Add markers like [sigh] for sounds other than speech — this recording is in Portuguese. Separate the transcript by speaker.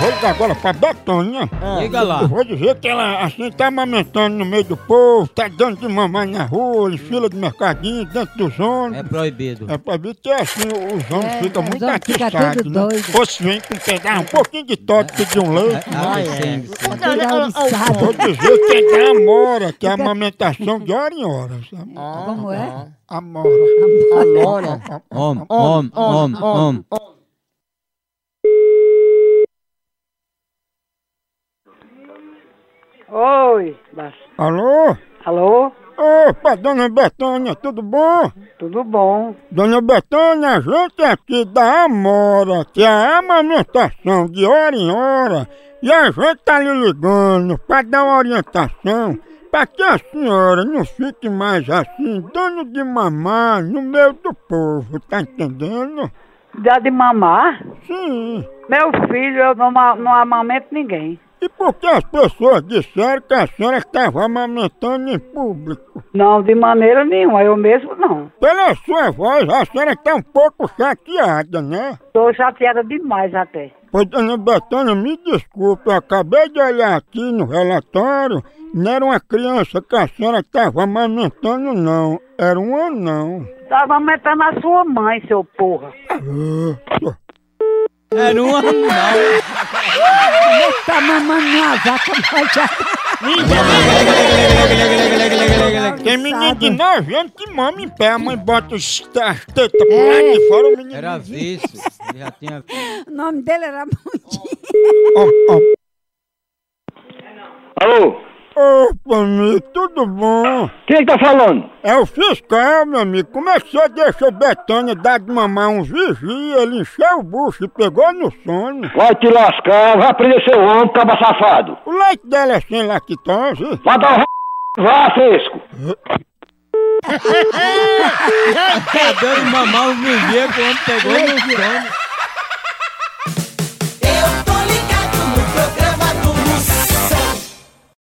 Speaker 1: perguntar agora pra Betânia.
Speaker 2: Diga lá.
Speaker 1: Eu vou dizer que ela assim tá amamentando no meio do povo, tá dando de mamãe na rua, em fila de mercadinho, dentro dos
Speaker 2: É
Speaker 1: ônibus.
Speaker 2: proibido.
Speaker 1: É pra ver que é assim, os homens
Speaker 3: É,
Speaker 1: ficam
Speaker 3: os
Speaker 1: muito
Speaker 3: homens ficam
Speaker 1: atiçados,
Speaker 3: tudo
Speaker 1: né?
Speaker 3: doido.
Speaker 1: Ou se vem com pegar um pouquinho de toque, pedir um leite.
Speaker 2: Ah,
Speaker 3: Olha,
Speaker 2: sim, sim.
Speaker 3: Olha, olha,
Speaker 1: Eu Vou
Speaker 3: olha,
Speaker 1: dizer que é da Amora, que é a amamentação de hora em hora. sabe?
Speaker 3: Como é?
Speaker 1: Amora.
Speaker 3: Agora.
Speaker 2: Om, om, om, om.
Speaker 4: Oi, mas...
Speaker 1: Alô?
Speaker 4: alô?
Speaker 1: Opa, dona Betânia, tudo bom?
Speaker 4: Tudo bom?
Speaker 1: Dona Betânia, a gente é aqui da Amora, que é a amamentação de hora em hora, e a gente tá lhe ligando pra dar uma orientação pra que a senhora não fique mais assim, dando de mamar no meio do povo, tá entendendo?
Speaker 4: Dá de mamar?
Speaker 1: Sim.
Speaker 4: Meu filho, eu não, ma- não amamento ninguém.
Speaker 1: E por que as pessoas disseram que a senhora estava amamentando em público?
Speaker 4: Não, de maneira nenhuma, eu mesmo não.
Speaker 1: Pela sua voz, a senhora está um pouco chateada, né?
Speaker 4: Tô chateada demais até.
Speaker 1: Pois, dona Betânia, me desculpe, eu acabei de olhar aqui no relatório, não era uma criança que a senhora estava amamentando, não. Era um anão.
Speaker 4: Tava amamentando a sua mãe, seu porra.
Speaker 2: Era um anão.
Speaker 3: Tá mamando minha vaca, [laughs] mas já
Speaker 1: Tem é menino de 9 anos que mama em pé, a mãe bota os- as tetas por aí de fora, o menino...
Speaker 2: Era vício. Ele já tinha. Tá
Speaker 3: O nome dele era Mundinho.
Speaker 1: Ó, ó.
Speaker 5: Alô?
Speaker 1: Opa, amigo, tudo bom?
Speaker 5: Quem é que tá falando?
Speaker 1: É o fiscal, meu amigo. Como é que você deixou Betânia dar de mamar um vigia? Ele encheu o bucho e pegou no sono.
Speaker 5: Vai te lascar, vai prender seu homem, caba safado.
Speaker 1: O leite dela é sem lactose.
Speaker 5: Vai dar o r... Vá, fresco.
Speaker 2: Tá dando mamar um vigia que o homem pegou no sono.